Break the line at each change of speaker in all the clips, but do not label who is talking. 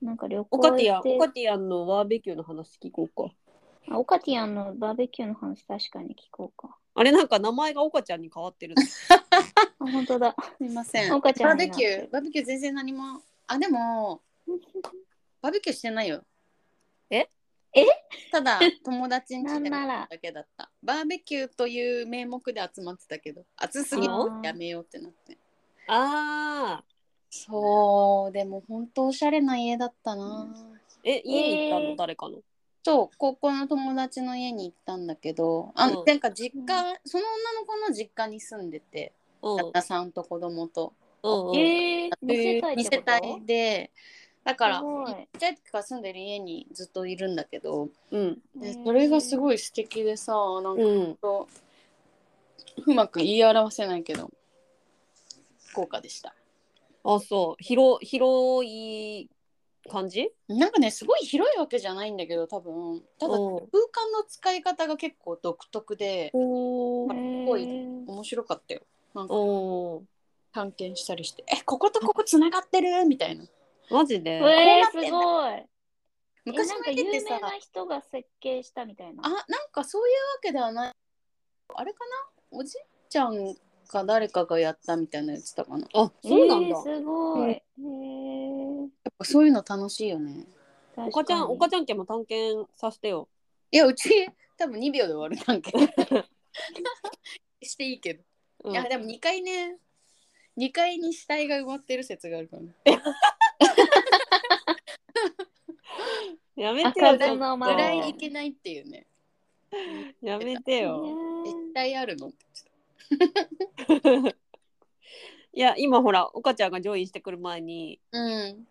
なんか旅
オ
行
カティ
行
ア
って
オカティアンのバーベキューの話聞こうか
あオカティアンのバーベキューの話確かに聞こうか。
あれなんか名前がオカちゃんに変わってる
あ、本当だ。
すみません。バ
岡ちゃ
ー
んになっ
ベキ
て
ュー、バーベキュー全然何も。あ、でも、バーベキューしてないよ。
え
え
ただ、友達に来
なん
て
なら
だけだった。バーベキューという名目で集まってたけど、暑すぎて
あ
ー
やめようってなって。
ああ
そう、でも本当おしゃれな家だったな。
え家に行ったの、
えー
誰かの
そう、高校の友達の家に行ったんだけど、あ
うん
なんか実家、その女の子の実家に住んでて、
うん
旦那さんと子供と。
うんうん
えー、見せたいってこと
見世帯でだから
すごい
ちっちゃい時から住んでる家にずっといるんだけど
うん
でそれがす
い。
ごい素敵でさなんか
うん
とうまく言い表せないけど豪華でした
あそう広広い感じ
なんかねすごい広いわけじゃないんだけど多分ただ空
うん
間の使い方が結構独特で
おー
ごい
え
面白かったよなんか
おー
探検したりして「えこことここつながってる?」みたいな
マジで、
ー、えーすごい。え
昔
な
の
んか
家って
有
さ
名な人が設計したみたいな。
あなんかそういうわけではないあれかなおじいちゃんか誰かがやったみたいなやつだかなやっ
あそうなん
えー
だ、
すごい。えー
ぱそういうの楽しいよね
確かに
おかちゃんおかちゃん家も探検させてよ
いやうち多分2秒で終わるなんかしていいけど、
うん
いやでも2階ね2階に死体が埋まってる説があるからね
やめて
赤
よ
字
ちょっ
のまあ
と
ぐ
ま
らいいけないっていうね
やめてよ
絶対あるのって
いや今ほら岡ちゃんがジョインしてくる前に
うん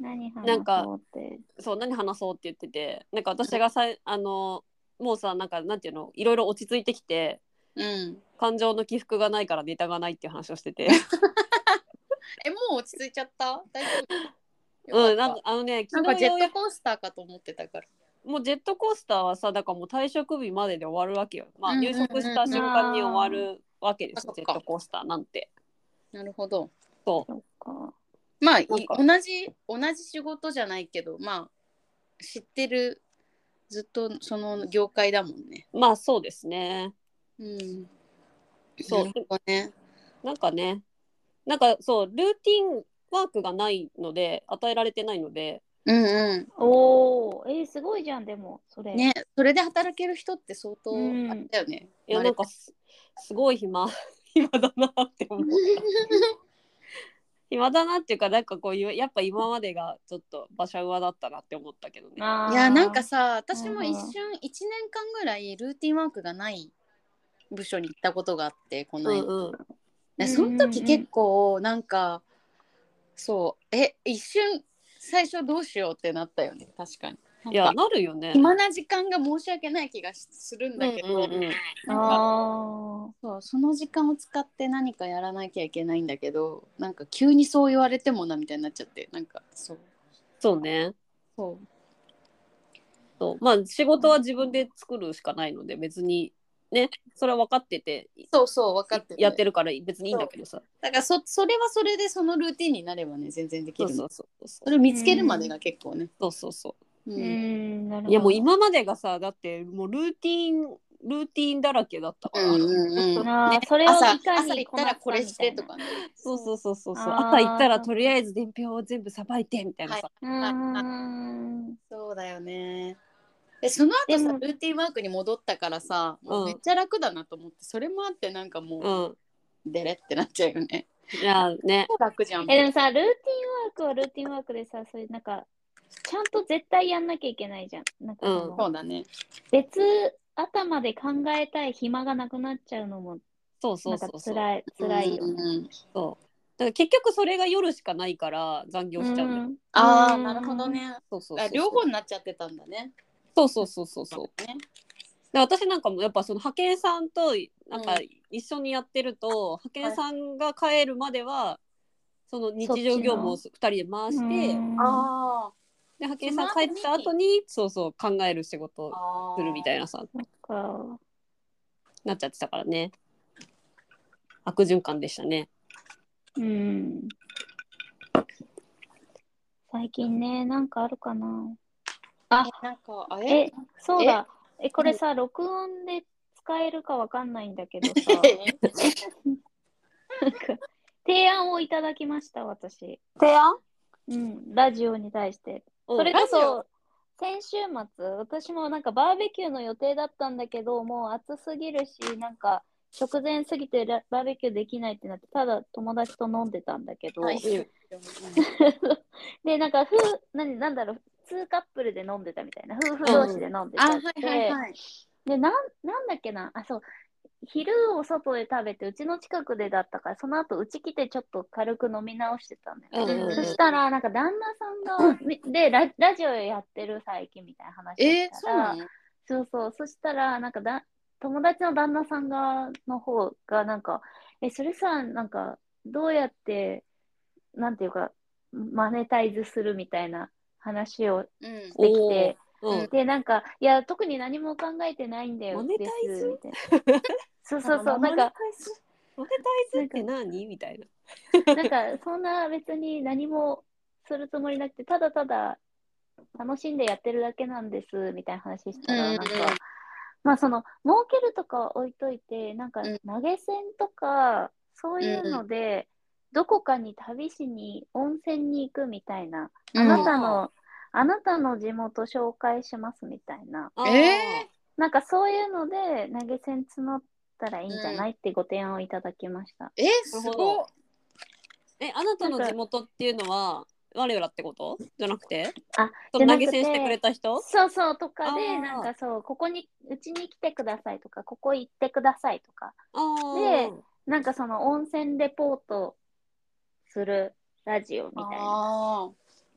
何話
なんか
そうって
そう何話そうって言っててなんか私がさいあのもうさなんかなんていうのいろいろ落ち着いてきて
うん
感情の起伏がないからネタがないっていう話をしてて
えもう落ち着いちゃった大丈夫
うん
よ
な
か
ん
っ
かあのね
たな
昨
んか
日
ジェ
よう
ッ
や
ト
く
コースターかと思ってたから
もうジェットコースターはさだからもう退職日までで終わるわけよまあ
うんうんう
入
ん
職した瞬間に終わるわけですよ
あそ
ジ
っ
ェ
か
ットコースターなんて
なるほど
そう
そっか。
まあい
なんか
同じ同じ仕事じゃないけどまあ知ってるずっとその業界だもんね。
まあそうですね
うん、
そう
なるほどね。
なんかねなんかそうルーティンワークがないので与えられてないので
うんう
おお、えー、すごいじゃんでもそれ。
ん。ねそれで働ける人って相当
うん
あれだよね。
いや
まあ
なんかす すごい暇暇だなって思う暇だなっていうかなんかこういうやっぱ今までがちょっと馬車馬だったなって思ったけどね
あー
いやなんかさ私も
うんう
一
ん
瞬1年間ぐらいルーティンワークがない部署に行ったことがあってこ
う
の間。
んうん
で
うん
その
うんう
時
ん
結構なんか、そうえ一瞬最初どうしようってなったよね確かに。
いや
なんか
なるよね
暇な時間が申し訳ない気がしするんだけど、
うんうんうん
なんか
あ
そうその時間を使って何かやらなきゃいけないんだけどなんか急にそう言われてもなみたいになっちゃってなんかそう
そうね
そう
そうまあ仕事は自分で作るしかないので別にねそれは分かってて
そうそう分かって
やって
る
るから別にいいんだけどさ
だからそそれはそれでそのルーティンになればね全然でき
そ
る
う
の
そうそうそ
それを見つけるまでが結構ね、
うそうそう
う
ー、うーん、なるほど。
いやもう今までがさだってもうルーティンルーティンだらけだったか
う
ら、
んうんうん
あー
ね
それをい
朝
か
朝
に
行ったらこれしてとかね
そうそうそうそうそう
あー
朝行ったら
そっか
とりあえず伝票を全部さばいてみたいなさ、
うーん。
そうだよね。えその後
で
さ
も
ルーティンワークに戻ったからさ、もううんめっちゃ楽だなと思ってそれもあってなんかもう、デレってなっちゃうよね。
うんいやね
楽じゃん。
えでもさルーティンワークはルーティンワークでさそういうなんかちゃんと絶対やんなきゃいけないじゃん。なんかその
そうだね。
別頭で考えたい暇がなくなっちゃうのも
そうそ
な
うんそ
か
うそう
辛い辛いよ
うん
ね。
うんうん
そうだから結局それが夜しかないから残業しちゃうんだよ、
うん
ああ、なるほど。ね。
そうそうそうそ
あ
う
両方になっちゃってたんだね。
そうそうそうそうそう
ね
で私なんかもやっぱその派遣さんとなんか
う
一緒にやってると、派遣さんが帰るまではその日常業務を2人で回して、で
あ
あ
派遣さん
その後
帰っ
に
た後にそうそう考える仕事を
あ。
するみたい
な。
なさ
そっか。
なっちゃってたからね悪循環でしたね
うん。最最近ね、なんかあるかな。あ
なんかあ
え
れ、
そうだ。え、これさ、録音で使えるかわかんないんだけどさ、 なんか提案をいただきました、私。
提案
うん、ラジオに対して。それこそ、先週末、私もなんかバーベキューの予定だったんだけど、もう暑すぎるし、なんか直前過ぎてラバーベキューできないってなって、ただ友達と飲んでたんだけど、
はい
で、なんか、ふう、なになんだろう、2カップルで飲んでたみたいな、夫婦同士で飲んで
あ
た
は
って、
いはいはい。
で、なん、なんだっけな、あ、そう、昼を外で食べて、うちの近くでだったから、その後、うち来てちょっと軽く飲み直してたんだよ。
うんうんうん
そしたら、なんか旦那さんが、みでラ、ラジオやってる最近みたいな話を
えー、
した
そう
ら、
なの
そうそう。そしたら、なんかだ、友達の旦那さんが、の方が、なんか、え、それさ、なんか、どうやって、なんていうか、マネタイズするみたいな話を
うん
してきて、
うん
うん
で、なんか、いや、特に何も考えてないんだよ、
マネタイズ
です、みたいな。 そうそうそう、なんか、
マネタイズって何みたいな。
なんか、そんな別に何もするつもりなくて、ただただ楽しんでやってるだけなんです、みたいな話したら、
うん
なんか、まあ、その、儲けるとかは置いといて、なんか、
うん
投げ銭とか、そういうので、どこかに旅しに、温泉に行くみたいな、
うん
あなたの、あなたの地元紹介しますみたいな、
え
なんかそういうので、投げ銭募ったらいいんじゃないってご提案をいただきました。
えすごっ
え、あなたの地元っていうのは、我らってことじゃなくて
あ、
そ
じゃ
の
な
投
くて
げ銭してくれた人
そうそうとか
あ
で
ー
なんかそうここにうちに来てくださいとかここ行ってくださいとか
ああ。
でなんかその温泉レポートするラジオみたいな
あ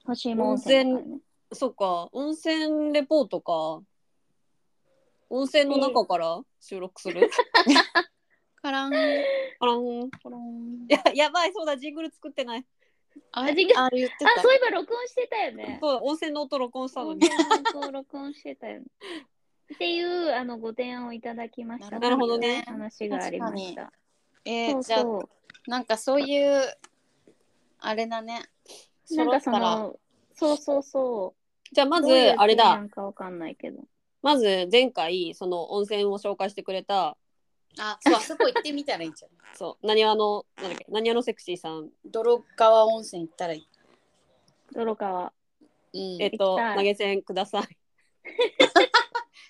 欲しいもん温泉とかね
そっか、温泉レポートか。温泉の中から収録 する。
ーカラン
あらん。
コロン
や、やばい、そうだ、ジングル作ってない。
あ
あジングル
あ言って
あそう
た
いえば録音してたよね
そう、温泉の音録音したの
温
に。
泉の音録音してたよねっていうあのご提案をいただきました
なるほどね
っていう話がありました
え
そ
ー
う
じゃあ
そ
なんかそういうあれだね
うなんかそ
揃ったら
のそうそうそ
じゃあ、ま
う
ず
どういう、
あれ
な
だ。
んかわかんないけど
まず、前回、その温泉を紹介してくれた。
あそうあそこ行ってみたらいいんじゃない
そう、なにわの、なんだっけ、なにわのセクシーさん。
泥川温泉行ったらいい、
泥川
うん
えっと
行きた、い
投げ銭ください。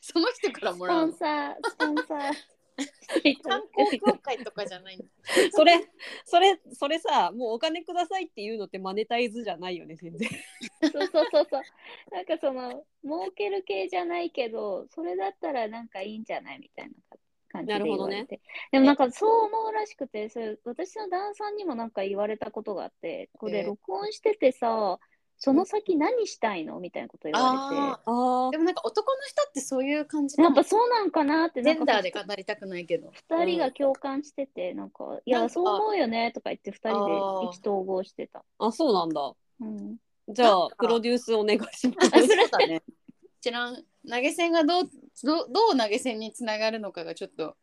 その人から
ス
もら
ポ
う
ン
の
サースポンサーしていただ
観
いて
光協会とかじゃないの
それ、それ、それさ、もうお金くださいっていうのってマネタイズじゃないよね、全然。
そうそうそうそう。なんかその、儲ける系じゃないけど、それだったらなんかいいんじゃないみたいな感じで言われて。でもなんかそう思うらしくて、それ私の旦那さんにもなんか言われたことがあって、こ
え
れ
え
録音しててさ、その先何したいのみたいなこと言わ
あ
あ
ーでもなんか男の人ってそういう感じ
れて。
か
やっ
も
ぱそうなんかなって、
ジ
な
ェ
ん
ンダ
か
ーで語りたくな いけど
二人が共感してて、なんか、い
な
や、
んか
そう思うよねとか言って二人で意気投合してた。
あ、あ、そうなんだ。
うん。
じゃあ
なん、か
プロデュースお願いします。
あそうだね知らん投げ銭がどうどうどう投げ銭につながるのかがちょっと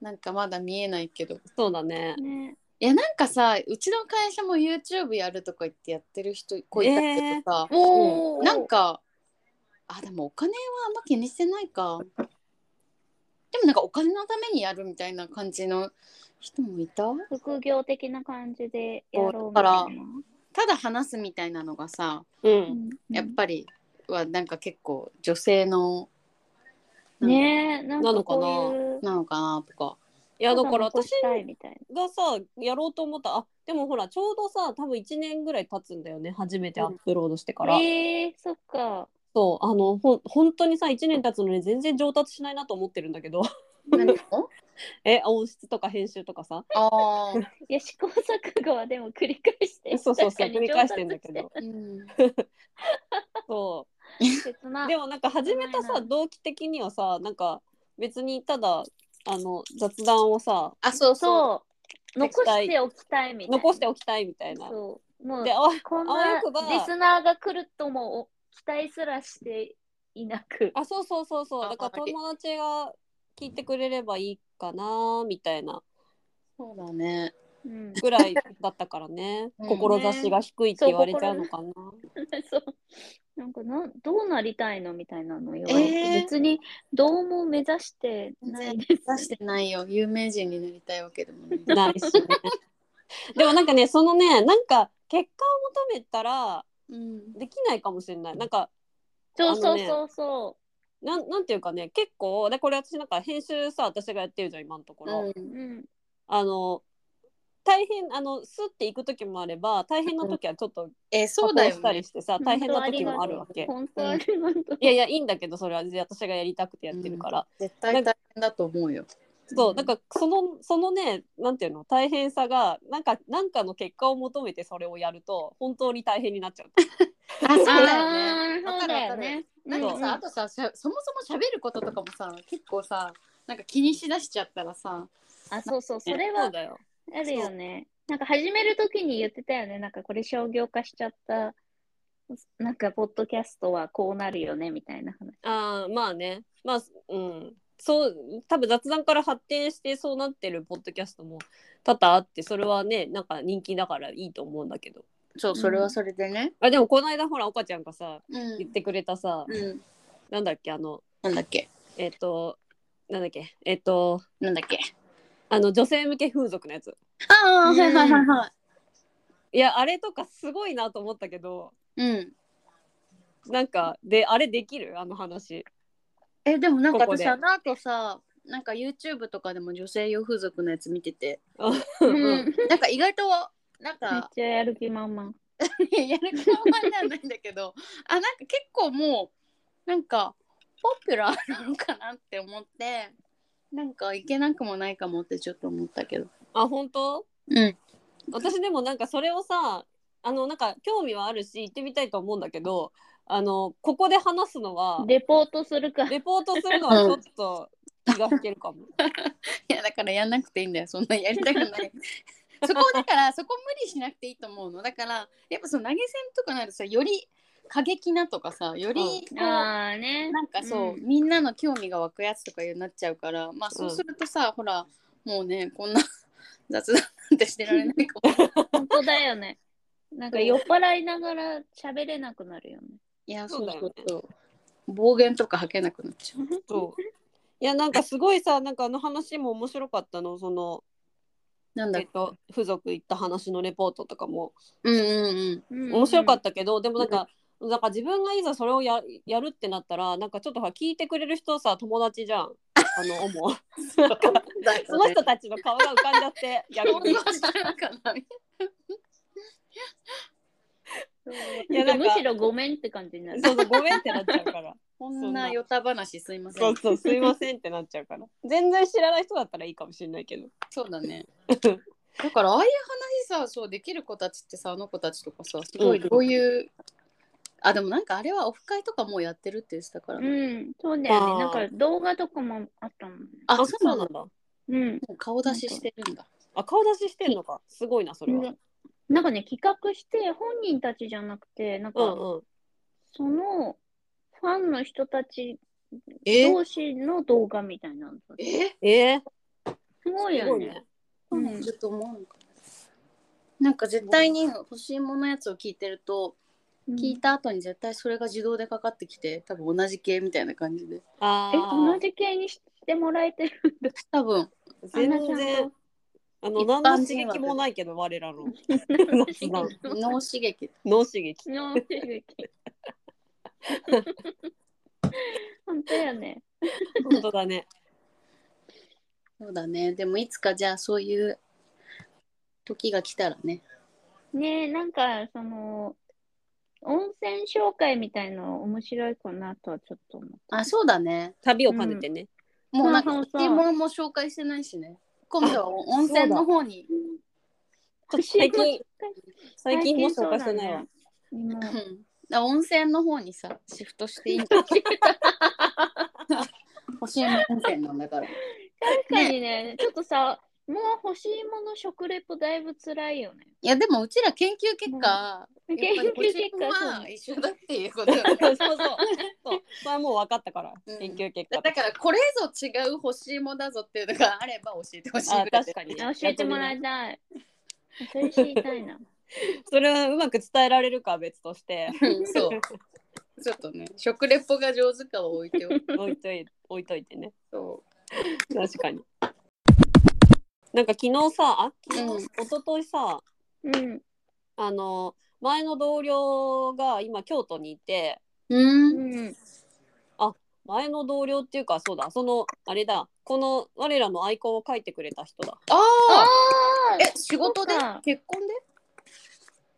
なんかまだ見えないけど
そうだね。
ね。
いやなんかさうちの会社も YouTube やるとか言ってやってる人こういったけどさ、
おー
なんかあでもお金はあんま気にしてないかでもなんかお金のためにやるみたいな感じの人もいた
副業的な感じでやろうみた
だ
い
から
な。
ただ話すみたいなのがさ
う。
うんん
やっぱりはなんか結構女性の
ねえ、なんかこういう。
なのかなとか
いや、だから私
たいみたい
がさ、やろうと思った。あ、でもほら、ちょうどさ、多分1年ぐらい経つんだよね。初めてアップロードしてか
な。
ら。
えー、そっか。
そう、あの、ほん、本当にさ、1年経つのに全然上達しないなと思ってるんだけど。
何を
え、音質とか編集とかさ。
あー
いや、試行錯誤はでも繰り返して。
そうそうそう、
確かに
繰り返してんだけ
上
ど。
うん
そう。
達して切な
でもなんか始めた
な
さ
いな
動機的にはさなんか別にただあの雑談をさ
あそうそう
そう。残しておきたいみたいな。
残しておきたいみたいな。
そう。もう
で、あ
こん
あわ
な
よくば
リスナーが来るとも期待すらしていなく。
あそうそうそうそう
あ
だから友達が聞いてくれればいいかなみたいな
そうだね
うん、
ぐらいだったからね
うん
志が低いって言われちゃうのかな。
そう。なんかな、どうなりたいのみたいなの言われて、
えー
別にどうも目指してないで
出
す
し。てないよ有名人になりたいわけでもない
ないしね。でもなんかねそのねなんか結果を求めたら
うん
できないかもしれないなんか
そうそ
あの
う
ね
そうそ
なんなんていうかね結構でこれ私なんか編集さ私がやってるじゃん今のところ、
う。うん。
あの大変あのスッていく時もあれば大変な時はちょっと
えー
加
そうだ
工
よ
した
ね
りしてさ、大変な時もあるわけ
本当ありがとう。
いやいやいいんだけどそれは私がやりたくてやってるから、
絶対大変だと思うよ
そううんなんかそのそのねなんていうの大変さがなんかなんかの結果を求めてそれをやると本当に大変になっちゃう
あそう
あ
だよね
ーそうだよね。
なんかさ、
うんうん
あとさしゃそもそも喋ることとかもさ結構さなんか気にしだしちゃったらさ
あ、そうそう、そ
ね
れ
そ
は
うだよ
あるよね。なんか始めるときに言ってたよね。なんかこれ商業化しちゃった、なんかポッドキャストはこうなるよね、みたいな話。
ああまあねまあうんそう多分雑談から発展してそうなってるポッドキャストも多々あってそれはねなんか人気だからいいと思うんだけど
そうそれはそれでね
あでもこの間ほら岡ちゃんがさ
うん
言ってくれたさ、
うん、
なんだっけあの
なんだっけ
えっ、となんだっけえっ、と
なんだっけ
あの女性向け風俗のやつ
ああ、
うん
はいはいはいはい
やあれとかすごいなと思ったけど
いうん
なんかであれできるあの話
えでもなんか
ここ
私
で
あの後さなんか YouTube とかでも女性用風俗のやつ見てて
うん、めっ
なんか意外となんか
ちゃやる気満々。
い ややる気満々じゃないんだけど あなんか結構もうなんかポピュラーなのかなって思ってなんかいけなくもないかもってちょっと思ったけど
あ本当
うん
私でもなんかそれをさあのなんか興味はあるし行ってみたいと思うんだけどあのここで話すのは
レポートするか。
レポートするのはちょっと気が引けるかも。
いやだからやんなくていいんだよそんなやりたくない そこだからそこ無理しなくていいと思うのだからやっぱその投げ銭とかなるとさより過激なとかさよりこう、
ああね。
なんかそう、
うん
みんなの興味が湧くやつとかになっちゃうからまあそうするとさ、ほらもうねこんな 雑談なんてしてられないか も
本当だよね。なんか酔っ払いながら喋れなくなるよね。。
いや、
そ
そうう
だよ
そ
ね
うそう。暴言とか吐けなくなっちゃう。
そういやなんかすごいさなんかあの話も面白かったのその、
なんだ
えっと、付属行った話のレポートとかも
うんうん
面白かったたけど、でもなんか。なんか自分がいざそれをややるってなったらなんかちょっとほら聞いてくれる人さ友達じゃんあの思う なんか
うん。だよね
その人たちの顔が浮かんじゃって逆
想
に
像しちゃうかな。
いや
なんか
なんか
むしろごめんって感じになる。
そうそうごめんってなっちゃうから
こんなヨタ話すいませ
そ
ん
う。そうすいませんってなっちゃうから全然知らない人だったらいいかもしれないけど
そうだね。だからああいう話さ、そうできる子たちってさ、あの子たちとかさ、すごい
うん
どういう。あ、でもなんかあれはオフ会とかもうやってるって言ってたから。
うん、そうだよ
あー
ね。なんか動画とかもあったもんね。
あ、そうなの。
だ
うん。
もう顔出ししてるんだ。
あ顔出ししてんのかすごいなそれは、
ねなんかね、企画して本人たちじゃなくて、なん
う
か、
んうん
そのファンの人たち
え
同士の動画みたいなの。
え
えー、
すごい
すご
よ
い
ね
ね。
うん
ちょっと思うのかななんか絶対に欲しいものやつを聞いてると、聞いた後に絶対それが自動でかかってきて多分同じ系みたいな感じで
あ
え、
ー
同じ系にしてもらえてるんだ。
多分
あん
全
なちゃん
然
と
あの何の刺激もないけど我らの 雑談
脳刺激
脳刺激
の刺激。 本当やね。
本当だ ね
そうだねでもいつかじゃあそういう時が来たらね
ねえ、なんか、その、温泉紹介みたいの面白いかなとはちょっと思った。
あそうだね
旅を兼ねてね、
もうなんか
そうそう
欲しいものも紹介してないしね今度は温泉の方に
ちょっと最 近最近も紹介してないわ、
今
うんあ温泉の方にさシフトしていい んじゃない欲しいもの温泉なんだから
確かにね、ちょっとさ、もう欲しいもの食レポだいぶ辛いよね。
いやでもうちら研究結果、
うん
やっぱり欲しいもの
研究結果そう
は一緒だ っていうことよね
そうそうそうそうそれはもう分かったから、
うん
研究結
だ
果
だからこれぞ違う欲しいもだぞっていうのがあれば教えてほしい
あ
ぐらい
確かにね
教えてもらいたい。それ知りたいな。
それをうまく伝えられるかは別として
そうちょっとね食レポが上手かは置いておく
置いとい置いといてね
と、
確かになんか昨日さあ昨日、
うん
一昨日さ
うん。
あの前の同僚が今京都にいて
うん
うん。
前の同僚っていうかそうだそのあれだこの我らのアイコンを書いてくれた人だ
あ
ああ
あ
え仕事で
そっか
結婚で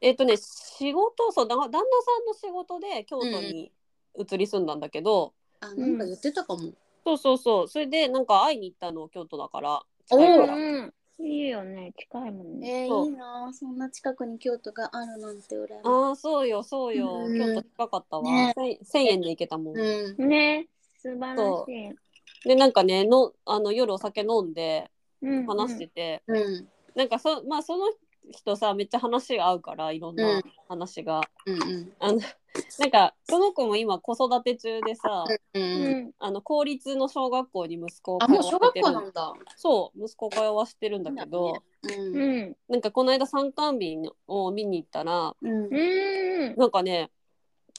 えっ、とね仕事そうだ旦那さんの仕事で京都に移り住んだんだけど、
あなんか言ってたかも、
そうそうそうそれでなんか会いに行ったの京都だから
お
近い
ー
から
うん。いいよね。近いもんね。
え
そう
ー、いいなあそんな近くに京都があるなんて羨ましい
ああそうよそうよ、
うん
京都近かったわ、
ね
千千円で行けたもん、
うん
ね。素晴らしい。
でなんかねのあの夜お酒飲んで
うん
話してて、
うん
なんかそまあその人さめっちゃ話が合うからいろん
う
なん話が、
うんうん
あのなんかその子も今子育て中でさ、
うん
うん。
うん
あの公立の小学校に息子を
あ
通
も
わ
う
せ
小学
て
校
る
なんだ
そう息子を通わしてるんだけど、
うん
うん。うん。
なんかこの間参観日を見に行ったら
うん
うん。
なんかね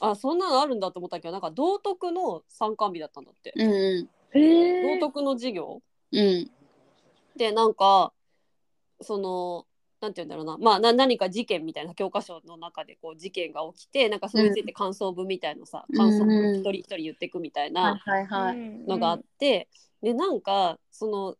あそんなのあるんだと思ったけどなんか道徳の参観日だったんだって、
うん
へえ。
道徳の授業
うん
でなんかそのなんて言うんだろうな,、まあ、な何か事件みたいな教科書の中でこう事件が起きてなんかそれについて感想文みたいのさ、
うん
感想文一人一人言っていくみたいな
はいはい
のがあって、でなんかその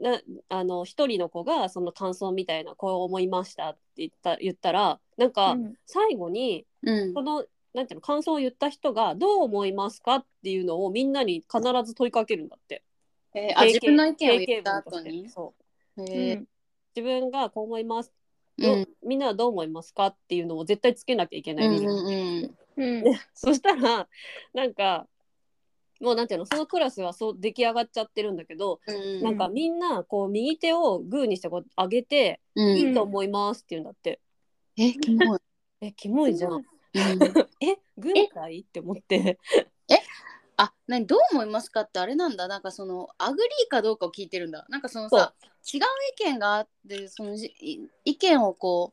なあの一人の子がその感想みたいなこう思いましたって言った言ったらなんか
うん
最後に
うん
この、なんていうの感想を言った人がどう思いますかっていうのをみんなに必ず問いかけるんだって。
えーあ自分の意見を言っ
経験文
た後
として
に
そう
う
へ
ん
自分がこう思います、
ーうん
どうみんなはどう思いますかっていうのを絶対つけなきゃいけない
うん
ルール
うん
うん。
そしたらなんかもうなんていうのそのクラスはそう出来上がっちゃってるんだけど、
うん
なんかみんなこう右手をグーにしてこう上げて「
うん
いいと思います」って言うんだって。
えキモい
えキモいじゃん。
うん
え軍隊って思って。
あ何どう思いますかってあれなんだなんかそのアグリーかどうかを聞いてるんだなんかその
そ
さ
う
違う意見があってそのじい意見をこ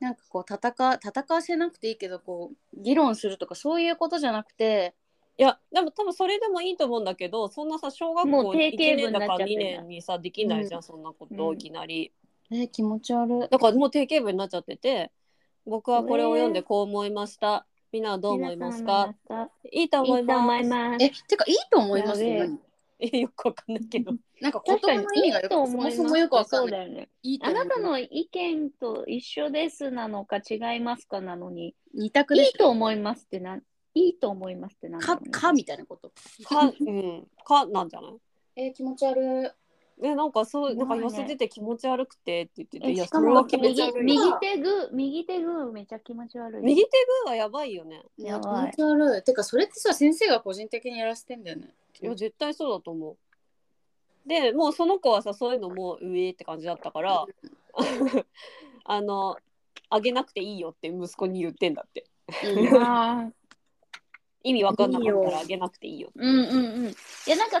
うなんかこう戦わ戦わせなくていいけどこう議論するとかそういうことじゃなくて
いやでも多分それでもいいと思うんだけどそんなさ小学
も
校
う定型文に
1年
な
だ
っちゃ
か
ってんだ
2年にさできないじゃん、そんなこ
う
と
ん
いきなり。
え気持ち悪い
だからもう定型文になっちゃってて僕はこれを読んでこう思いました。みんなはどう思いますかいいと
皆さ
思
んいいと思い
います。
ます。
えてかいいと思います
やべえ
何
えよくわかんない けど。
なんか言
確か
葉
に
の意味が
いい
よく
と
そ
思
も
い
そ
ま
も
す
よくわか
そ
ん
う
ない
だよね。
いいと
あ
思
な
います
たの意見と一緒ですなのか違いますかなのに、
二択
い
で
いと思いますってな、いいと思いますってなんだろ
か
うね
かみたいなこと
かうんかなんじゃない
えー気持ち悪い
えなんかそうなんか
まあ
寄
ね
せてて気持ち悪くてって言ってて、
え
いや
しか
それは
も
気持
右
ち悪い
右手グー、右手グーめちゃ気持ち悪い。
右手グーはやばいよね。
いや
や
気
ばい
持ち悪いてかそれってさ先生が個人的にやらせてんだよね
い や絶対そうだと思う。でもうその子はさそういうのもううえーって感じだったから、 あのあげなくていいよって息子に言ってんだって
うん
あー
意味わかんなかった
いいよ
らあげなくていいよ。
うんうんうん。いやなんか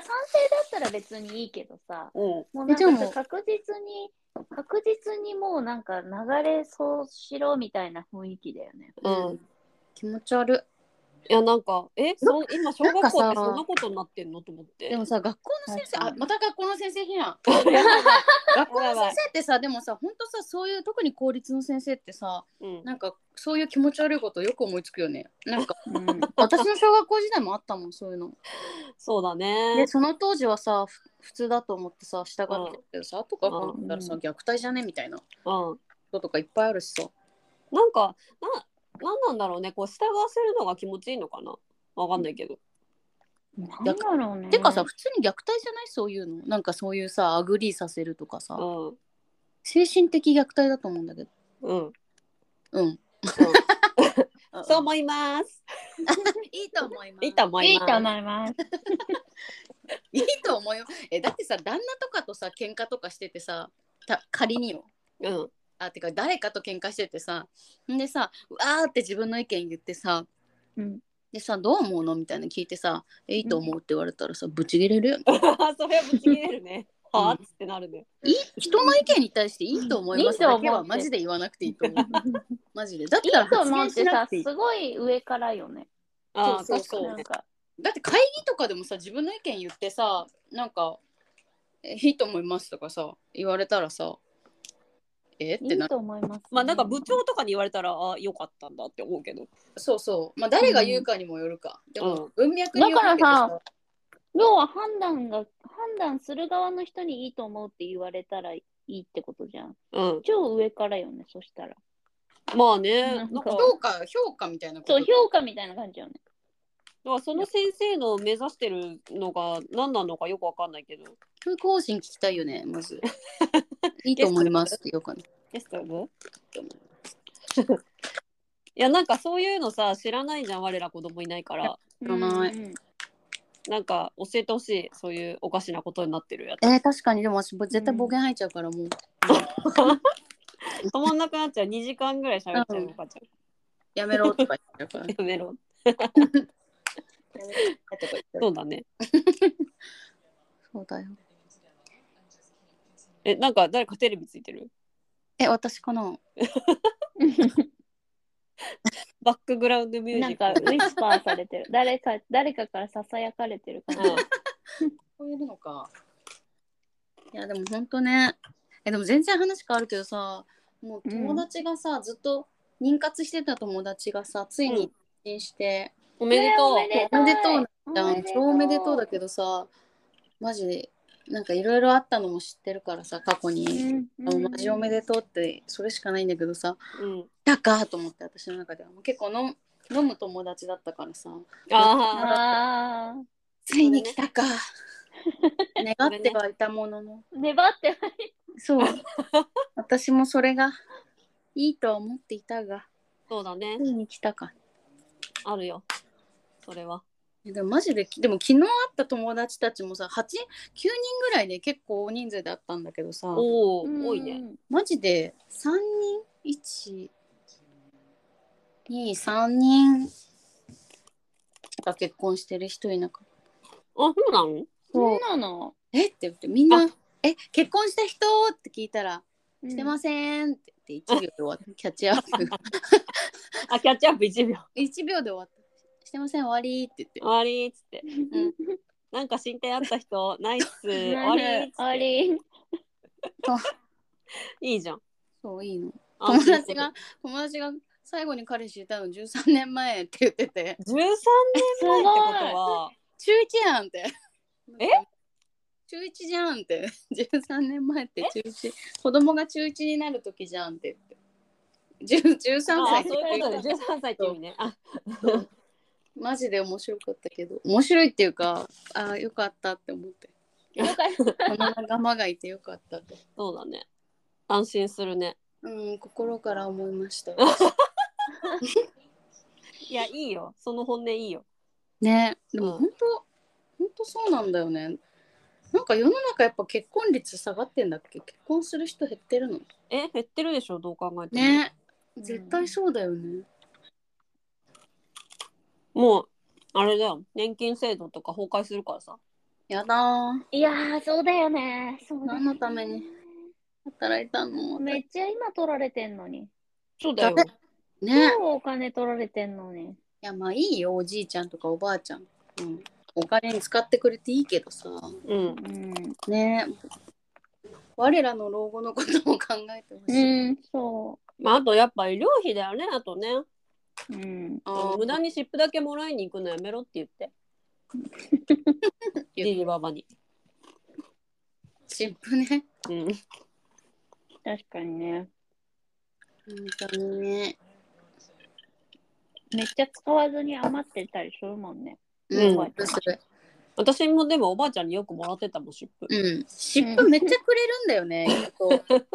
賛成だったら別にいいけどさ、
うん、
もうなんか
えでも
確実に、確実にもうなんか流れそうしろみたいな雰囲気だよね。
うん、い
気持ち悪
やなんかえそ今小学校
なん
って
かさ
そんなことになってんのと思っ
い
て
でもさ学校の先生
はい
あ
はい
また学校の先生批判
やばい
学校の先生ってさでもさほんとさそういう特に公立の先生ってさ
うん、
なんかそういう気持ち悪いことよく思いつくよねな んか
うん
私の小学校時代もあったもんそういうの
そうだね
で。その当時はさふ普通だと思ってさ従ってたけどさ後から考えたらさ
うん
虐待じゃねみたい
う
な
ん
こととかいっぱいあるしさ
なんかななんなんだろうねこう従わせるのが気持ちいいのかなわかんないけど、
なんだろうね。
てかさ普通に虐待じゃないそういうのなんかそういうさアグリーさせるとかさ
うん
精神的虐待だと思うんだけど
うんうん、
うん
そう思います。
いいと思います
いいと思
い
い
い
ま
と
す。
思います。
いいと思うよ。えだってさ旦那とかとさ喧嘩とかしててさた仮によ
うん
あてか誰かと喧嘩しててさんでさうわーって自分の意見言ってさ
うん、
でさどう思うのみたいなの聞いてさ「えいいと思う」って言われたらさブチギレるよね。
それはぶち切れるね。はあっつってなるね。
いい人の意見に対していいと思いますだけはマジで言わなくていいと思う。マジで。だっ
い
て
いと思うって
しな
さ
くていい。
すごい上からよね。
ああ
そう
確か
そう
に
な
ね
ん。か
だって会議とかでもさ自分の意見言ってさなんか「えいいと思います」とかさ言われたらさえっ
い
てない
と思います、ね。
まあなんか部長とかに言われたらあよかったんだって思うけど。
そうそうまあ誰が言うかにもよるか、でも文脈によ
だ
る
から
けど
さ、要は判断が、判断する側の人にいいと思うって言われたらいいってことじゃん。
うん。
超上からよね、そしたら。
まあね。
な
なんん
か
かだか
評価評価みたいなこと
そう、評価みたいな感じよね。
らその先生の目指してるのが何なのかよくわかんないけど。
教育方針聞きたいよねま ずいいと思いますって言おうかな
ですよね。 いやなんかそういうのさ知らないじゃん我ら子供いないから
知らない
うんうん
なんか教えてほしいそういうおかしなことになってるや
えー、確かにでも私絶対暴言入っちゃうからもう、
つ止まんなくなっちゃう2時間ぐらい喋っちゃうのかちゃん
やめろとか言っちゃうから
やめろ
やめろとか言っちゃう
そうだね
そうだよ
えなんか誰かテレビついてる
え私かな
バックグラウンドミュー
な
ジ
ん
ック
かウィスパーされてる。誰か、誰かからささやかれてる感じ。
こえるのか。いやでも本当ね。えでも全然話変わるけどさ、もう友達がさ、ずっと妊活してた友達がさ、ついに妊娠して、
おめでとう、
おめでとうなん
お
じゃ
め
ん
でとう。
超おめでとうだけどさ、マジでなんかいろいろあったのも知ってるからさ、過去に。
うん
あのマジおめでとうってそれしかないんだけどさ、
うん、
だかと思って私の中ではもう結構飲む飲む友達だったからさ、
ああ
ああ。
ついに来 たか。願ってはいたものの。
粘ってない。
そう。 私もそれがいいとは思っていたが、
そうだね
ついに来たか。
あるよそれは
でもマジで、でも昨日会った友達たちもさ、8、9人ぐらいで結構大人数で会ったんだけどさ、
おお多いね
マジで3人、1、2、3人が結婚してる人いなかった。
あそうなの
うん。そうなの。。
えって言ってみんな、え、結婚した人って聞いたら、してますせんって言って1秒で終わった。キャッチアップ。
あキャッチアップ1秒
1秒で終わった。してません、終わりって言って
終。わりーっつって
うん
なんか進展あった人ナイス終わりー
終
っつっ
わ
て
り。
いいじゃん
そういいの。
あ
友達が友達が最後に彼氏いたの13年前って言ってて
13年前ってことは
中1やんって
え
中1じゃんって13年前って中1子供が中1になる時じゃんって言って10 13
あ
歳
そういうこと
で
ね13歳って意味ねあ
マジで面白かったけど面白いっていうかああよかったって思って
よかった
この仲間がいてよかったと
そうだね安心するね
うん心から思いました
いやいいよその本音いいよ
ねでも
うん
本当、本当そうなんだよねなんか世の中やっぱ結婚率下がってんだっけ結婚する人減ってるの
え減ってるでしょどう考えても
ね絶対そうだよね、
もうあれだよ年金制度とか崩壊するからさ
やだー
いやー、そうだよね。そうだよね
何のために働いたの
め
ね
っちゃ今取られてんのに。
そうだよ
だい
超お金取られてんのに。
やまあいいよおじいちゃんとかおばあちゃん、うん、お金に使ってくれていいけどさ
う
う
ん
ん。
ね我らの老後のことも考えてほしい、
うん、そ
まああとやっぱ医療費だよねあとね
う。うん。
あー
無駄に湿布だけもらいに行くのやめろって言 ってじ
言って
じばばに
新婦ね
うん
確かにね。
本当にね
めっちゃ使わずに余ってたりするもんね。
うん
本当それ
私もでもおばあちゃんによくもらってたもん湿布
うん、湿布めっちゃくれるんだ よね、きっと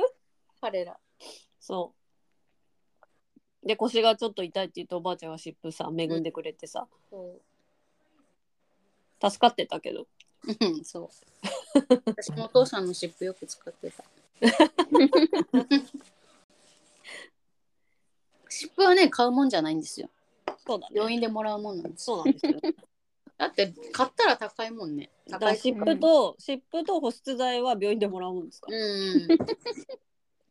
彼ら。
そう。で腰がちょっと痛いって言うとおばあちゃんが湿布さ恵んでくれてさ、
そ
助かってたけど
う。うん、そう。私もお父さんの湿布よく使って た。湿布はね、買うもんじゃないんですよ。
そうだね
病院でもらうもんなんです
そ
よ。
うなんですよ
だって買ったら高いもんね。
だから
高いし。
湿布と、湿布と保湿剤は病院でもらうもんですか、
うん。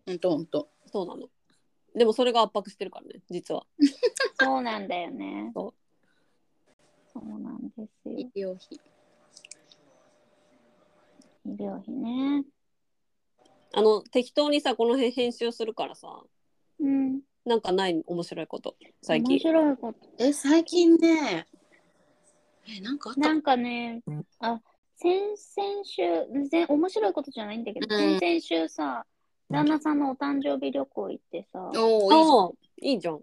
ほんとほんと。
そうなのでもそれが圧迫してるからね実は
そうなんだよね。
そ
そうなんですよ
医。療費。
医療費ね。
あの適当にさこの辺編集するからさ
うん。
なんかない面白いこと最
面
近
白いこと。
え、最近ね。え、なんかあった
なんかね、あ、先々週、全然面白いことじゃないんだけど、
うん
先々週さ、旦那さんのお誕生日旅行行ってさ、
おーい
ああいい
いじ
じゃん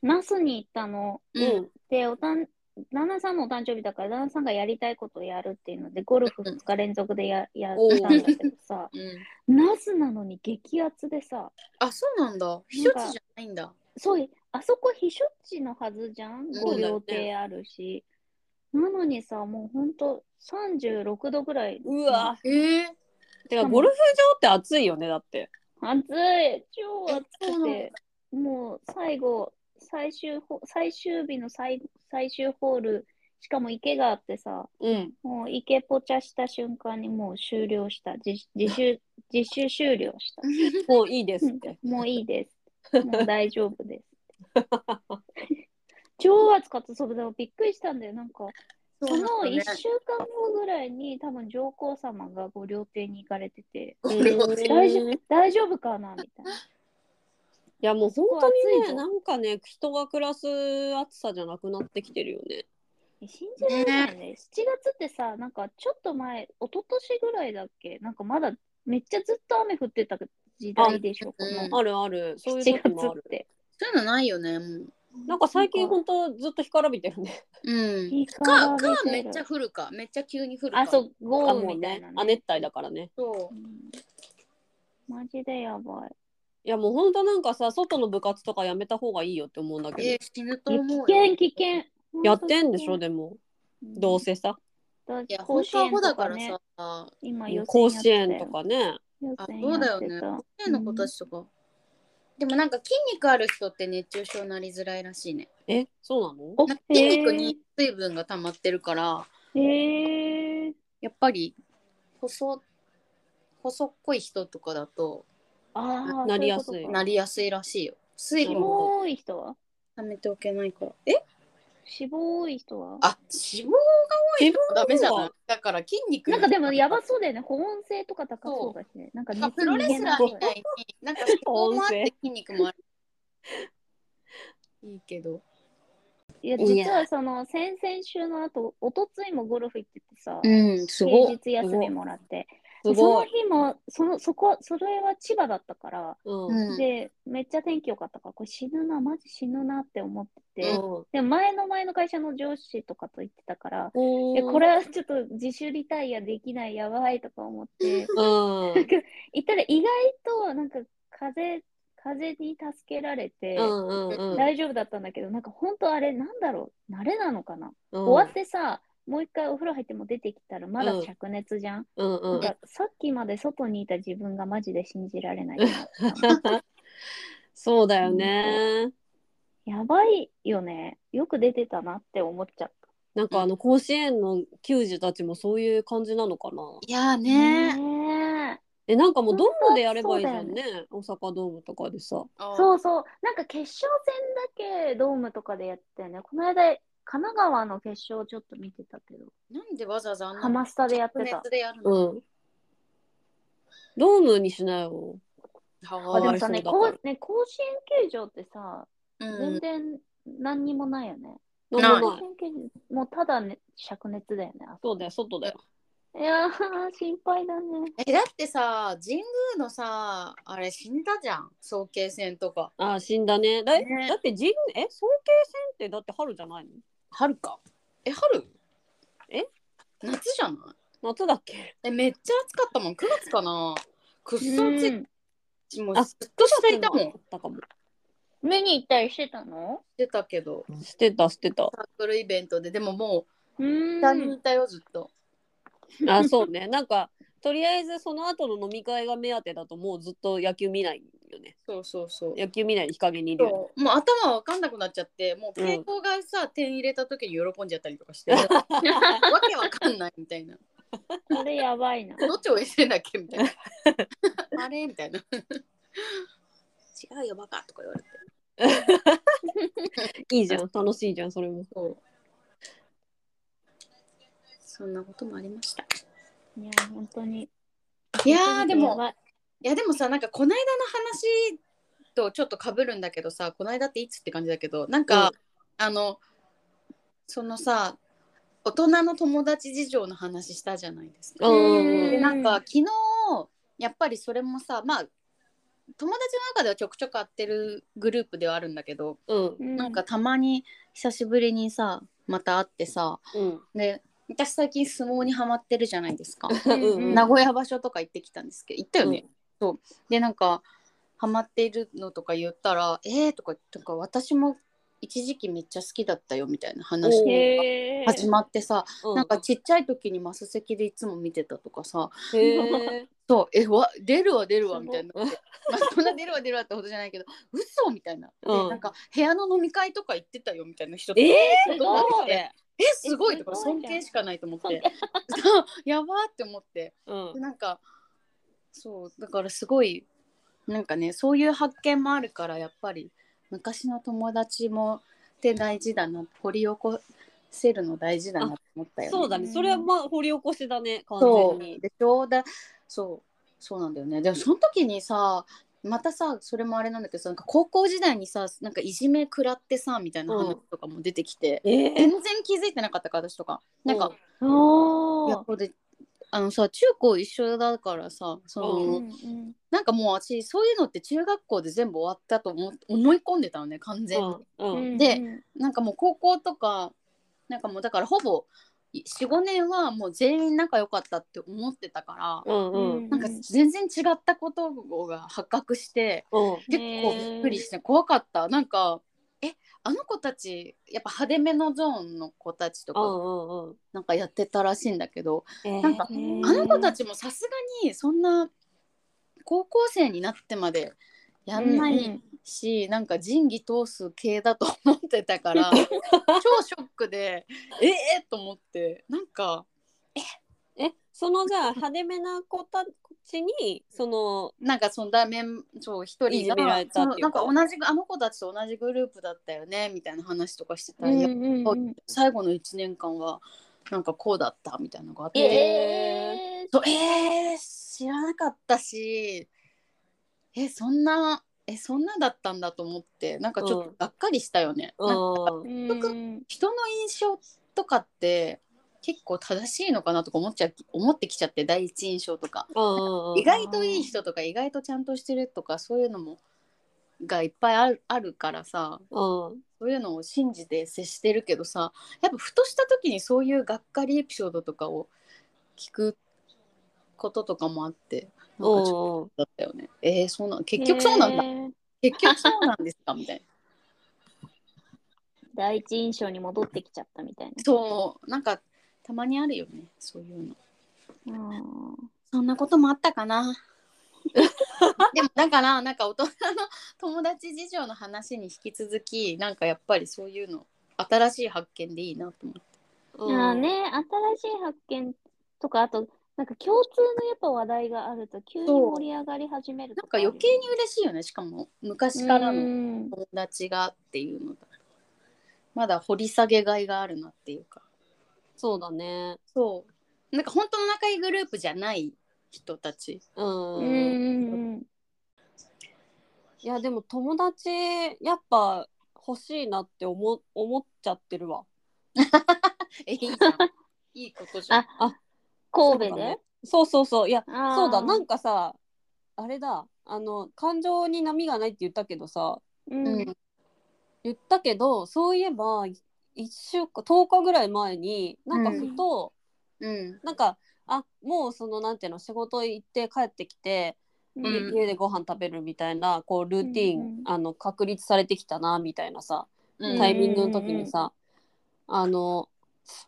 那須に行ったの。
う
ゃん。うん。
ん
で、おたん旦那さんのお誕生日だから、旦那さんがやりたいことをやるっていうので、ゴルフ2日連続でややったんだけどさ、
うん、
那須なのに激アツでさ、
あ、そうなんだ。避暑地じゃないんだ。
そう、あそこ避暑地のはずじゃん、
ん
ご料亭あるし。なのにさ、もうほんと36度ぐらい。
うわ
えー、
てかゴルフ場って暑いよねだって
暑い超暑
えそう
く
な
て、もう最後、最終ホ、最終日の最最終ホール、しかも池があってさ、
うん
もう池ポチャした瞬間にもう終了した。自自習、自習終了した。
もういいですって
もういいです。もう大丈夫 です。超暑かった、そうでもびっくりしたんだよ。なんか、そ
そうなん
の
だね
1週間後ぐらいに、多分上皇様がご料亭に行かれてて、
ゴ
うん
ルフ
い
大丈夫大丈夫かなみたいな。
やもう本当に
暑い
ね
ぞ
なんかね人が暮らす暑さじゃなくなってきてるよね
信じられないね。7月ってさ、なんかちょっと前、一昨年ぐらいだっけなんかまだめっちゃずっと雨降ってた時代でしょ、こ
うん
の
あるあるそういう
7
時もあ
月っ
る
て。
そういうのないよね。もう
なんか最近本当ずっと干からびてるね
うん。
いい
か、
か
かめっちゃ降るか。めっちゃ急に降るか。
あ、そう、
あ
豪
も
雨
う
みたい
ね
な、
亜熱帯だからね
そうう。
んマジでやばい。
いやもうほんとなんかさ外の部活とかやめた方がいいよって思うんだけど、
えー、死ぬと
いや
思うよ。
危険、危険。
やってんでしょ
本
でも
当に
どう。せさ
だっ
い
て
や、本
甲子
当は
園
ほ
と
だか
からね
さ。、あ、
今予
甲
選
子
やって
園とかね
そうだよね。甲子園の子たちとか。でもなんか筋肉ある人って熱中症になりづらいらしいね。
えそうなの
なんか筋肉に水分が溜まってるから、
へえ。
やっぱり細細っこい人とかだと
ああ、
なりやすい
そううことか
なりやすいらしいよ。水
脂
分を
肪多い人は
溜めておけないから。え
脂肪多い人は
あ脂肪
自分
ダメじゃない
は
だから筋肉
なんかでもやばそうだよね。保温性とか高そうだしね。なんか
なんかプロレスラーみたいに、なんか脂肪もあって筋肉もある。いいけど。
いや、
いや
実はその先々週の後、おとついもゴルフ行っててさ、
うん、す
平
ごい。
日休みもらって。その
すごい、
日も、そのそこ、それは千葉だったから、
うん
うん
で、めっちゃ天気良かったから、これ死ぬな、マジ死ぬなって思ってて、
うん
で、前の前の会社の上司とかと行ってたから、
おー
えこれはちょっと自主リタイアできない、やばいとか思って、
うん
なんか行ったら意外となんか風風に助けられて、
うんうんうん
大丈夫だったんだけどなんか本当あれなんだろう慣れなのかな、
うん
終わってさもう一回お風呂入っても出てきたらまだ灼熱じゃん、
うんう
なん
ん
かさっきまで外にいた自分がマジで信じられないな
そうだよね
やばいよねよく出てたなって思っちゃっ
なんかあの甲子園の球児たちもそういう感じなのかな
うんいやー
た
ね。
ねえ
えなんかもうドームでやればいいじゃんね大阪ドームとかでさ
そううそうなんか決勝戦だけドームとかでやってたよねこの間神奈川の決勝ちょっと見てたけど
なんでわざわざあん
ハ
な
マスタでやってた
熱でやるの、
うんドームにしなよ
あで
は
もさね
かわいそうだから
こうね甲子園球場ってさ、
ーいうん
全然何にもないよね。
なんも
甲子
ない
園球場もうただね灼熱だよね。あ
そうだよ外だよ
いやー心配だね。
えだってさ神宮のさあれ死んだじゃん早慶戦とか
あー死んだねだい
ね
だって人え早慶戦ってだって春じゃないの
春かえ春
え
夏じゃない
夏だっけ
えめっちゃ暑かったもん9月かなくっそ暑いもう
あ
ずっとしていたもん
あったかも
見に行ったりしてたの
してたけど
してたしてた
サークルイベントででもも
う
う
ー
下に
ん。
いたよずっと、
あそうねなんかとりあえずその後の飲み会が目当てだともうずっと野球見ないよね
そうそうそう
野球見ないで日陰にいるよね
そうもう頭わかんなくなっちゃってもう傾向がさ、点入れた時に喜んじゃったりとかして わけわかんないみたいな
これやばいな。
どっち応援してんだっけみたい なあれみたいな違うよバカとか言われて
いいじゃん楽しいじゃんそれも
そうそんなこともありました
いや、本当に。
いやーで
や
も
ばい。
いやでもさなんかこの間の話とちょっとかぶるんだけどさこの間っていつって感じだけどなん
う
か、
ん
あのそのさ大人の友達事情の話したじゃないですか。
うん
でなんか昨日やっぱりそれもさまあ友達の中ではちょくちょく会ってるグループではあるんだけど、
うん
うん
なんか、たまに久しぶりにさまた会ってさ
うん
で私最近相撲にハマってるじゃないですか。
うん
うん
うん
名古屋場所とか行ってきたんですけど行ったよね、そうでなんかハマっているのとか言ったら「えー」とかとか私も一時期めっちゃ好きだったよみたいな話
おー
へー
始まってさ、
う
なんかちっちゃい時にマス席でいつも見てたとかさ
へえ
そうえわ出るわ出るわ
す
み
ご
た
い
いな、ま あ、そんな出るわ出るわってことじゃないけど嘘みたいな、で
うん
なんか部屋の飲み会とか行ってたよみたいな人とか
え
す
ー、
ごい。
い
えすごいとか
えすごい
尊
じゃん
敬しかないと思ってそうやばーって思って
うん
なんかそうだからすごいなんかねそういう発見もあるからやっぱり昔の友達もって大事だな掘り起こせるの大事だなと思ったよね。
そうだねそれはまあ掘り起こしだね完
そう
全に
でちょうどそうそうなんだよねでもその時にさまたさそれもあれなんだけどさなんか高校時代にさなんかいじめ食らってさみたいな話とかも出てきて、
え
全
ー、
然気づいてなかったから私とかなんか、い
お
や
ー
これあのさ中高一緒だからさその、
うん
う
うん
なんかもう私そういうのって中学校で全部終わったと思思い込んでたのね完全に、
うんうん
うん
で
うん
なんかもう高校とかなんかもうだからほぼ45年はもう全員仲良かったって思ってたから、
うんうんうん
なんか全然違ったことが発覚して結構びっくりして怖かったなんかえあの子たちやっぱ派手めのゾーンの子たちと
う
か
んうん
なんかやってたらしいんだけど、
うん
なんか
へー
あの子たちもさすがにそんな高校生になってまでやんない、
うん
しなんか仁義通す系だと思ってたか ら超ショックでええと思ってなんか
えそのじゃあ派手めな子たちにその
なんかそんな面そう一
い
人
じめられた
そ
って
の
いう
なん
か
か同じあの子たちと同じグループだったよねみたいな話とかしてた
う
ら、
ん
いや
うんうん
最後の1年間はなんかこうだったみたいなのがあって、
えー
そうえー、知らなかったしえそんなえそんなだったんだと思ってなんかちょっ
う
と
ん
がっかりしたよね。
う
なんか
ん
うん
人の印象とかって結構正しいのかなとか思っちゃ思ってきちゃって第一印象とか
うんうん
意外といい人とか意外とちゃんとしてるとかそういうのもがいっぱいあるあるからさ
うん
そういうのを信じて接してるけどさやっぱふとした時にそういうがっかりエピソードとかを聞くこととかもあってなんかちょっ
うん
とだったよねえー、そうなん結局そうなんだ、
へー
結局そうなんですかみたいな
第一印象に戻ってきちゃったみたい
そうなんかたまにあるよねそういうの。
な。うん
そんなこともあったかな。 でもだからなんか大人の友達事情の話に引き続きなんかやっぱりそういうの新しい発見でいいなと思って。
うん
あーね、新しい発見とか、あと、なんか共通のやっぱ話題があると、急に盛り上がり始める
な
と
んか余計に嬉しいよねしかも昔からの
の。
友達がっていうのだまだ掘り下げがいがあるなっていうか
そうだね
そうなんか本当の仲いいグループじゃない人たち
うん、
うんうん
いやでも友達やっぱ欲しいなって思思っちゃってるわ
えいいじゃんいいことじゃん
あ神戸
そう
で
だねそうそうそういや
あー
そうだなんかさあれだあの感情に波がないって言ったけどさ
うん
うん
言ったけどそういえば1週間10日ぐらい前になんかふと、
うん
なんかあもうそのなんていうの仕事行って帰ってきて、
う
家
ん
ん
家でご飯食べるみたいなこうルーティン、
うんうん
あの確立されてきたなみたいなさ
うん
タイミングの時にさ、あの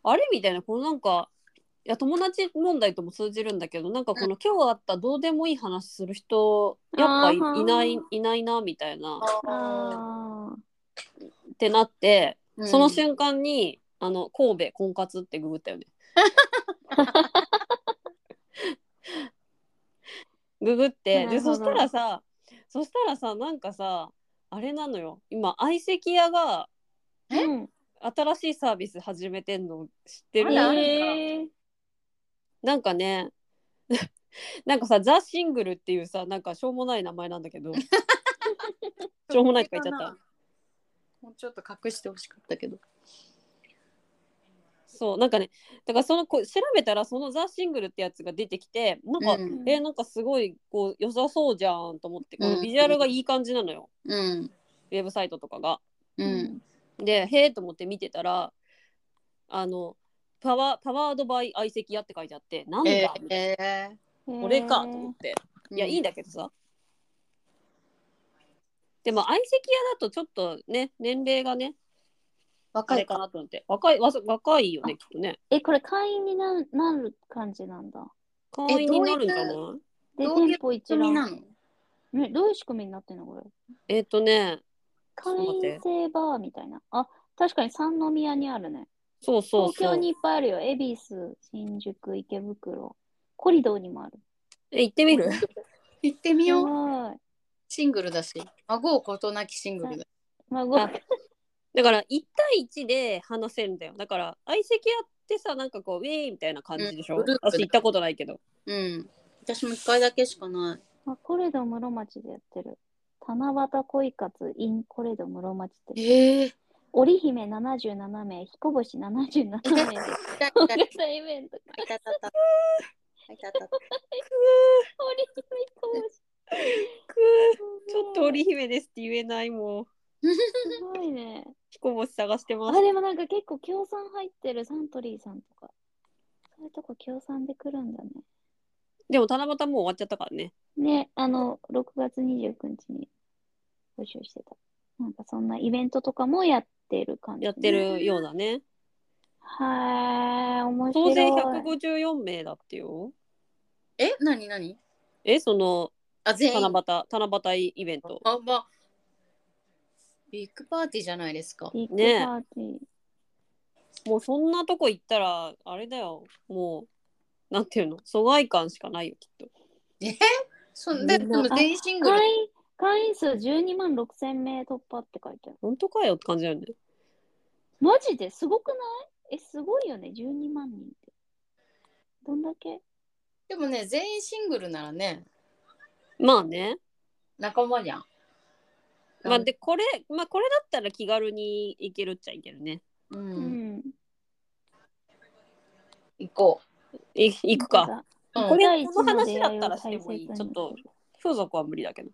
あれみたいなこのなんかいや友達問題とも通じるんだけどなんかこの今日あったどうでもいい話する人やっぱい
あー
いないいないなみたいな
あ
あ
ってなって、
ー
その瞬間にあの神戸婚活ってググ ったよね。ググって
な
で
るほ
そ
ど
したらさそしたらさなんかさあれなのよ今相席屋が
ーうん。
新しいサービス始めてんの知ってる
あら
えー
なんかね なんかさ「ザ・シングル」っていうさなんかしょうもない名前なんだけ どしょうもないとか言っちゃった
もうちょっと隠してほしかったけど
そうなんかねだからそのこう調べたらその「ザ・シングル」ってやつが出てきてなんか、
うん
えーなんかすごいこう良さそうじゃんと思ってこ
う
の
ん
ビジュアルがいい感じなのよ、
うん
ウェブサイトとかが。
うん
でへえと思って見てたらあのパワーパワードバイ相席屋って書いてあってなんだ、
えーえ
これかと思って、
ー
いやいいんだけどさでも相席屋だとちょっとね年齢がねあ
若
れ
い
か
か
なと思って若いわ若いよねきっとね
え、これ会員にななる感じなんだ。
会員になるんじゃない
ど
で、
どういう
店舗一
仕組みな
覧。
の
ね、どういう仕組みになってんのこれ。
えっ、とね
会
っと待って
員制バーみたいな。あ、確かに三宮にあるね。
そうそう
東
そ
京
う
にいっぱいあるよ。恵比寿、新宿、池袋。コリドーにもある。
え行ってみる
行ってみ
す
よう
ごい。
シングルだし孫を事なきシングルだ
まあ、ご
あだから1対1で話せるんだよだから相席屋ってさなんかこうウェイみたいな感じでしょ、
うんグループで
私行ったことないけど
うん私も一回だけしかない
あコレド室町でやってる。七夕恋活 in コレド室町って。
ええ
織姫77名、彦星77名で。
痛い痛い
サイベント。
痛い痛い痛い痛い痛い
織姫彦星。
くーちょっと織姫ですって言えないもう
すごいね。
彦星探してま
あ、
す
でもなんか結構協賛入ってるサントリーさんとか。そういうとこ協賛で来るんだね。
でも七夕もう終わっちゃったからね
ね、あの、6月29日に募集してた。なんかそんなイベントとかもやってる感じ、
やって。るようだね
はい、面白
当
い。
然154名だってよ
え何何
えその
あ全員
七夕七夕イベント
あまあビッグパーティーじゃないですか
ビッグ
ね
パーティー。
もうそんなとこ行ったらあれだよもうなんていうの疎外感しかないよきっと
そんで
み
で
んな
も全員シングル
会員会員数12万6千名突破って書いてある。
本当かよって感じだよね
マジですごくないえ、すごいよね、12万人って。どんだけ
でもね全員シングルならね
まあね
仲間じゃん
まあでこれまあこれだったら気軽に行けるっちゃいけるね
う
うんん。
行こ
い行くか
か。
う、うん
これ
第一
この
の
話
出
だ
会
っ
い
た
を
ら
大
し
切
て
に
もいい
する
ちょっと風俗は無理だけど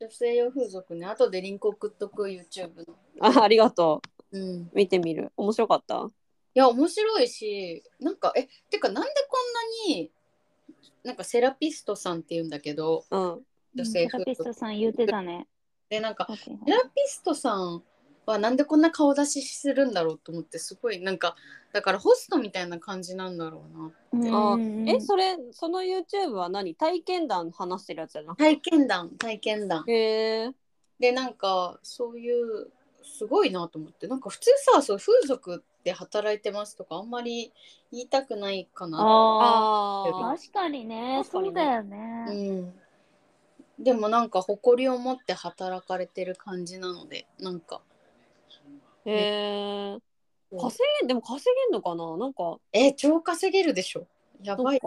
女性用風俗ね後でリンク送っとく YouTube の
あありがと
うんいう
見てみる面白かった
や面白いしなんかえてかなんでこんなになんかセラピストさんっていうんだけど
うん
女性
うんセラピ
風
スト
俗
さん言ってたね。
でなんか
はいはい
セラピストさんはなんでこんな顔出しするんだろうと思ってすごいなんかだからホストみたいな感じなんだろうな
うんうんうん
えそれその YouTube は何体験談話してるやつだな
体験談体験談
へえ
でなんかそういうすごいなと思ってなんか普通さそう風俗で働いてますとかあんまり言いたくないかな、
あ
あ
あ、
ー
確かにね、
確か
そ
にね
うだよ
う
ね。
ん、でもなんか誇りを持って働かれてる感じなのでなんか
へえ稼げんでも稼げんのかななんか
え超稼げるでしょやば
なん
い
か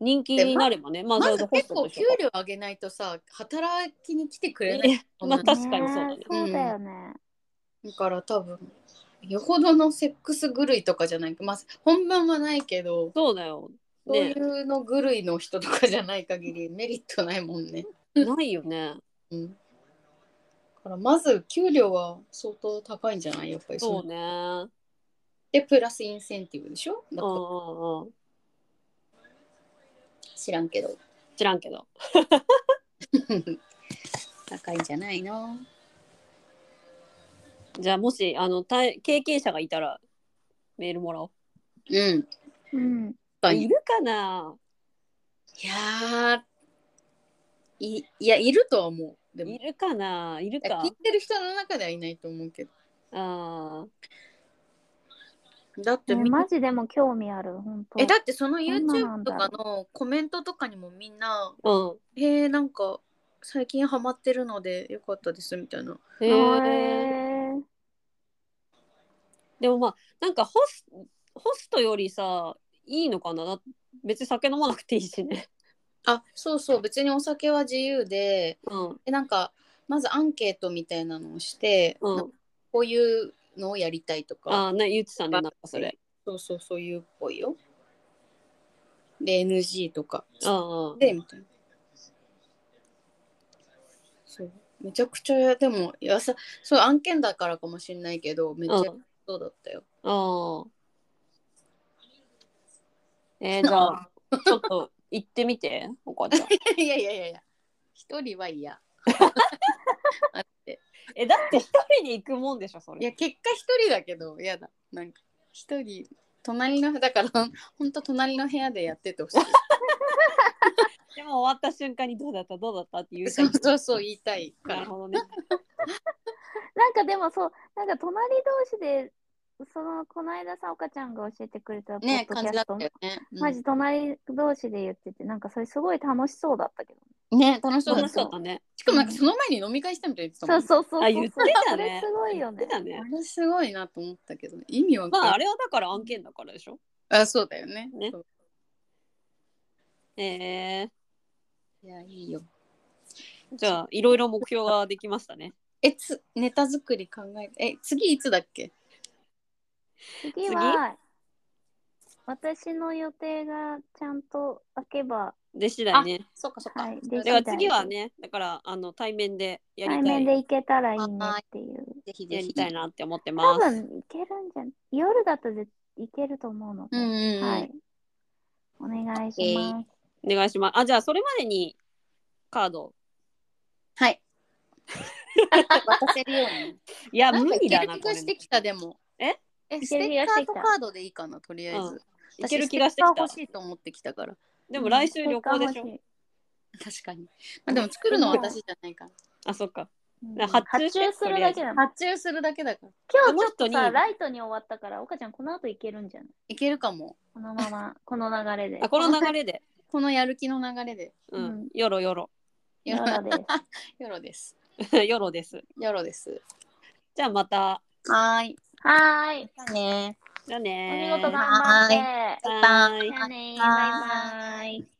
人気になればねまあ
ま
そ
ず
れでホスト
結構
とし
給
ようか
料上げないとさ働きに来てくれない
い や まあ確かにそうだね
ねそうだよね。
だから多分よほどのセックス狂いとかじゃないまあ本番はないけど、
そうだよ
そうい
ね
うのぐるいの人とかじゃない限りメリットないもんね。
ないよね
うん。だからまず給料は相当高いんじゃないやっぱり
そう
の
ね
でプラスインセンティブでしょ
う
だ
ん
から
うんうん
知らんけど。
知らんけど
高いんじゃないの
じゃあもしあのた経験者がいたらメールもらおう。
うん。
うん。
確かに
いるかない
やーいいやいるとは思う。でも
いるかないる
いや
か
聞いてる人の中ではいないと思うけど。
あ
だって
ね、
みんな、
マジでも興味ある、本当。
えだってその
そんななん
YouTube
だ
とかのコメントとかにもみんな
あうん。
「へえなんか最近ハマってるのでよかったです」みたいな。
へ
へ
え
ー
でもまあなんかホスホストよりさいいのかなだ別に酒飲まなくていいし ね。
あそうそう別にお酒は自由で
うん
えなんかまずアンケートみたいなのをして、
う
なん
ん
か。こういうのをやりたいとか
ああね言ってたねなんかそれ。
そうそうそういうっぽいよ。で NG とか。
あ
でみたいな。そうめちゃくちゃでもやさそう案件だからかもしれないけどめっち
あ。う
ゃ
ん。
そうだったよ。
ああ。 えー、じゃあちょっと行ってみてお母ちゃん。
いやいやいやいや一人は嫌。
えだって一人で行くもんでしょそ
いや
れ。
結果一人だけど嫌だ。なんか一人隣のだから ほんと隣の部屋でやっ ててほしい。
でも終わった瞬間にどうだったどうだったって言うか
そ
ら
う。そうそう言いたい
な
か
る
ら。
ほどね。
なんかでもそう、なんか隣同士で、その、この間さ、岡ちゃんが教えてくれたポ
ね
ッド
感
キ
じ
ャ
だっ
ス
た
ト、
よね。うん
マジ隣同士で言ってて、なんかそれすごい楽しそうだったけど。
ね楽しそうだ
楽
っ
しそ
た。
うだね。
しかもなんかその前に飲み会したみたいに言ってたも
そ
ん
うそうそうそう。
あ言ってたね
それすごいよね。
だね
あ。れすごいなと思ったけど意味わか
ま
んない
ああ。れはだから案件だからでしょ。
あ、そうだよね。
ね
そう
えー、
いや、いいよ。
じゃあいろいろ目標ができましたね。
え、つ、ネタ作り考えて、え、次いつだっけ。
次は、私の予定がちゃんと開けば、
で次第ね。
そうか、そう
かはい
で
だ
で
か
は
ら
い
次はねだからあの対面でやり
対
た
面
い
で行けたらいいねっていう。
ぜひ
やりたい。なって思って
多
ます。
分行けるんじゃん。夜だと絶行けると思うので、
うん、うん、
は
はいい。。
お願いします。
お願いします。あじゃあそれまでにカード。
はい。渡せるように。
いや
なん
無
かい
理
け
だ
る
な
気
これ
がしてきた、でも。
え。
え、
い
ス
け
テ
る気
ッ
が
カ
してき
ー
た
とカードでいいかな、とりあえ
うん
ず。
いける気がしてき
私ステッカー
た
欲。しいと思ってきたから。
でも来週旅行でしょ。
確かに。まあ、でも作るのは私じゃないから。
あそっか。
うん
発注
発
して
注するだけなの。
発注するだけだから。
今日ちょっと
その人
さ、
に
ライトに終わったから、岡ちゃんこの後行けるんじゃない
いけるかも。
このま ま、この流れで
あ。この流れで。
このやる気の流れで。
う
うんん。
よろよ ろ。
やだです。
よろです。
よろです。
よろです。
じゃあまた。
はーい。
はーい。
じゃあね
じゃあ
お
ね
見
ー。
事頑張って。
バイバイ
じゃあねーバイバイ。